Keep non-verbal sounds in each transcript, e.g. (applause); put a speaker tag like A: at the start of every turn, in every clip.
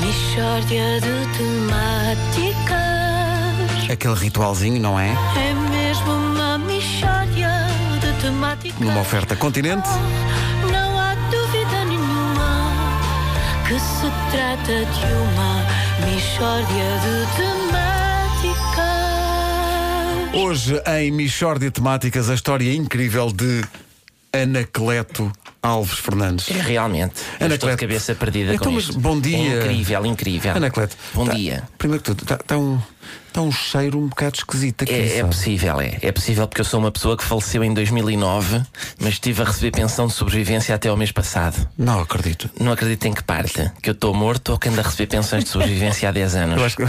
A: Mistória de temáticas.
B: Aquele ritualzinho, não é?
A: É mesmo uma mistória de temáticas.
B: Numa oferta continente.
A: Não há dúvida nenhuma que se trata de uma mistória de temáticas.
B: Hoje, em Michórdia Temáticas, a história incrível de Anacleto Alves Fernandes.
C: É, Realmente. Eu
B: Ana
C: estou
B: Cleto.
C: de cabeça perdida
B: Então,
C: com
B: mas
C: isto.
B: bom dia.
C: É incrível, incrível.
B: Anacleto.
C: Bom
B: tá-
C: dia.
B: Primeiro que tudo, está um, tá um cheiro um bocado esquisito aqui.
C: É, é
B: sabe?
C: possível, é. É possível porque eu sou uma pessoa que faleceu em 2009, mas estive a receber pensão de sobrevivência até ao mês passado.
B: Não acredito.
C: Não acredito em que parte. Que eu estou morto ou que ando a receber pensões de sobrevivência há 10 anos.
B: Eu acho que (laughs)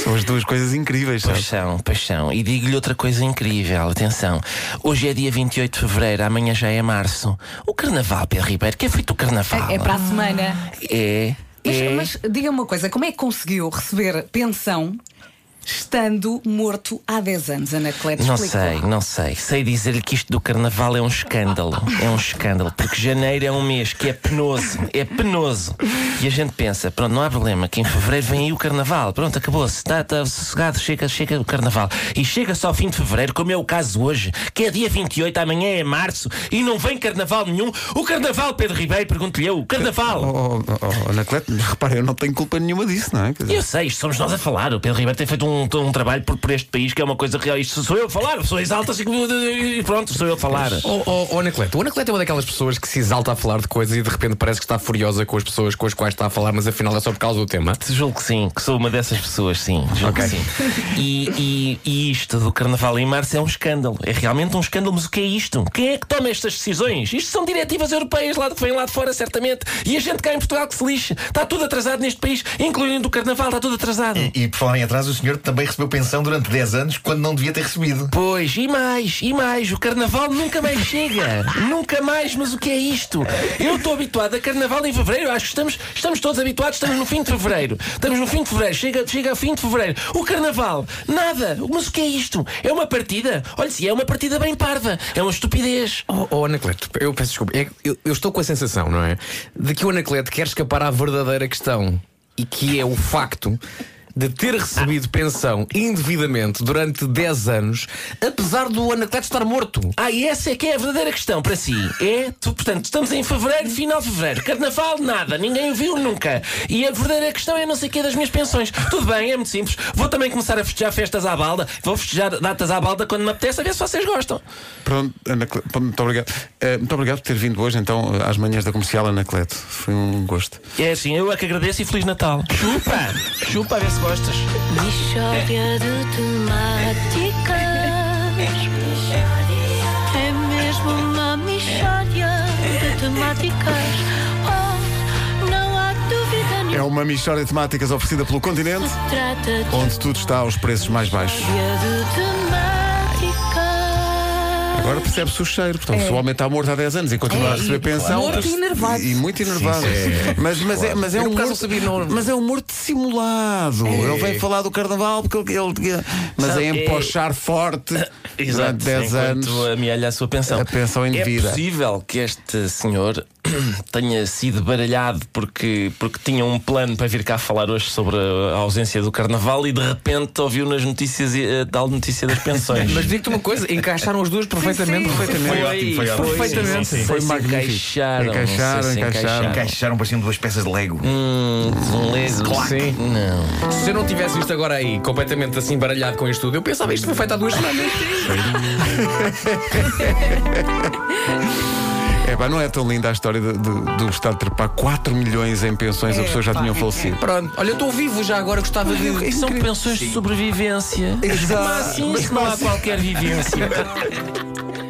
B: são as duas coisas incríveis, sabe?
C: Paixão, paixão. E digo-lhe outra coisa incrível, atenção. Hoje é dia 28 de fevereiro, amanhã já é março. O carnaval, Pedro Ribeiro, que é feito o carnaval?
D: É, é para a semana.
C: É.
D: Mas,
C: é.
D: mas diga-me uma coisa, como é que conseguiu receber pensão estando morto há 10 anos, Anacleto?
C: Não
D: Explica.
C: sei, não sei. Sei dizer-lhe que isto do carnaval é um escândalo. É um escândalo. Porque janeiro é um mês que é penoso. É penoso. E a gente pensa, pronto, não há problema, que em fevereiro vem aí o carnaval. Pronto, acabou-se. Está tá, sossegado, chega, chega o carnaval. E chega só ao fim de fevereiro, como é o caso hoje, que é dia 28, amanhã é março, e não vem carnaval nenhum. O carnaval, Pedro Ribeiro, pergunto-lhe eu, o carnaval.
B: Oh, oh, oh, Anacleto, repara, eu não tenho culpa nenhuma disso, não é? Quer dizer,
C: Eu sei, isto somos nós a falar. O Pedro Ribeiro tem feito um, um trabalho por, por este país que é uma coisa real. Isto sou eu a falar, pessoas altas e e pronto, sou eu a falar.
E: O Anacleto, o Anacleto é uma daquelas pessoas que se exalta a falar de coisas e de repente parece que está furiosa com as pessoas com as quais está a falar, mas afinal é só por causa do tema.
C: Julgo que sim, que sou uma dessas pessoas, sim. Julgo que sim. E, e- e isto do Carnaval em Março é um escândalo. É realmente um escândalo, mas o que é isto? Quem é que toma estas decisões? Isto são diretivas europeias lá, que vêm lá de fora, certamente. E a gente cá em Portugal que se lixe. Está tudo atrasado neste país, incluindo o Carnaval, está tudo atrasado.
F: E por falar em atraso, o senhor também recebeu pensão durante 10 anos quando não devia ter recebido.
C: Pois, e mais, e mais, o carnaval nunca mais chega. nunca mais, mas o que é isto? Eu estou habituado a carnaval em fevereiro, acho que estamos, estamos todos habituados, estamos no fim de fevereiro. Estamos no fim de fevereiro, chega, chega a fim de fevereiro. O carnaval, nada, mas o que é isto? É uma partida? Olha, se é uma partida bem parva, é uma estupidez.
E: Oh, Anacleto, eu peço desculpa, é que eu, eu estou com a sensação, não é? De que o Anacleto quer escapar à verdadeira questão e que é o facto de ter recebido pensão indevidamente durante 10 anos, apesar do Anacleto estar morto.
C: Ah, e essa é que é a verdadeira questão para si. É, tu, portanto, estamos em fevereiro, final de fevereiro. Carnaval, nada, ninguém o viu nunca. E a verdadeira questão é não sei o que das minhas pensões. Tudo bem, é muito simples. Vou também começar a festejar festas à balda. Vou festejar datas à balda quando me apetece, a ver se vocês gostam.
B: Pronto, Anacleto, muito obrigado. Eh, muito obrigado por ter vindo hoje, então, às manhãs da comercial, Anacleto. Foi um gosto.
C: É assim, eu é que agradeço e Feliz Natal. Chupa! Chupa, a ver se gostas.
A: Mistória de temáticas. É mesmo uma mistória de temáticas. Oh, não há dúvida
B: É
A: nenhuma.
B: uma mistória de temáticas oferecida pelo continente,
A: Se trata de
B: onde tudo está aos preços mais baixos.
A: mistória de temáticas.
B: Agora percebe-se o cheiro.
D: É.
B: Portanto, se o homem está morto há 10 anos e continua a receber pensão.
D: Morto e enervado.
B: E muito enervado. Mas, mas é, mas, é
E: Eu,
B: um
E: por
B: morto,
E: acaso, não sabia, não- É.
B: mas é um morto simulado. Ele vem falar do carnaval porque ele. ele- mas é
C: Sabe, é-
B: empochar
E: (laughs)
B: forte durante 10 anos.
C: amealha a sua pensão.
B: A pensão em
C: é
B: vida.
C: possível que este senhor (clears throat) tenha sido baralhado porque, porque tinha um plano para vir cá falar hoje sobre a ausência do carnaval e de repente ouviu nas notícias eh, tal notícia das pensões.
E: (laughs) Mas digo-te uma coisa, encaixaram os dois
D: sim.
E: perfeitamente.
B: Perfeitamente.
F: Foi ótimo, foi ótimo.
E: Perfeitamente.
C: Sim, sim, sim.
B: Foi
C: Se
B: magnífico.
C: Encaixaram,
B: Encaixaram,
C: se
B: encaixaram.
F: Encaixaram parecendo duas peças de Lego.
C: Hum, um lego.
E: Sim.
C: Não.
E: Se eu não tivesse isto agora aí, completamente assim baralhado com isto tudo, eu pensava isto foi feito há duas
C: (laughs)
E: semanas.
B: É, pá, não é tão linda a história de- de- do Estado trepar 4 milhões em pensões, as
D: É,
B: pessoas já
D: pá,
B: tinham
D: é, é.
B: falecido.
E: Pronto, olha, eu estou vivo já agora, gostava de.
C: E são pensões de sobrevivência.
B: Exato.
C: Mas como assim, se não há qualquer vivência.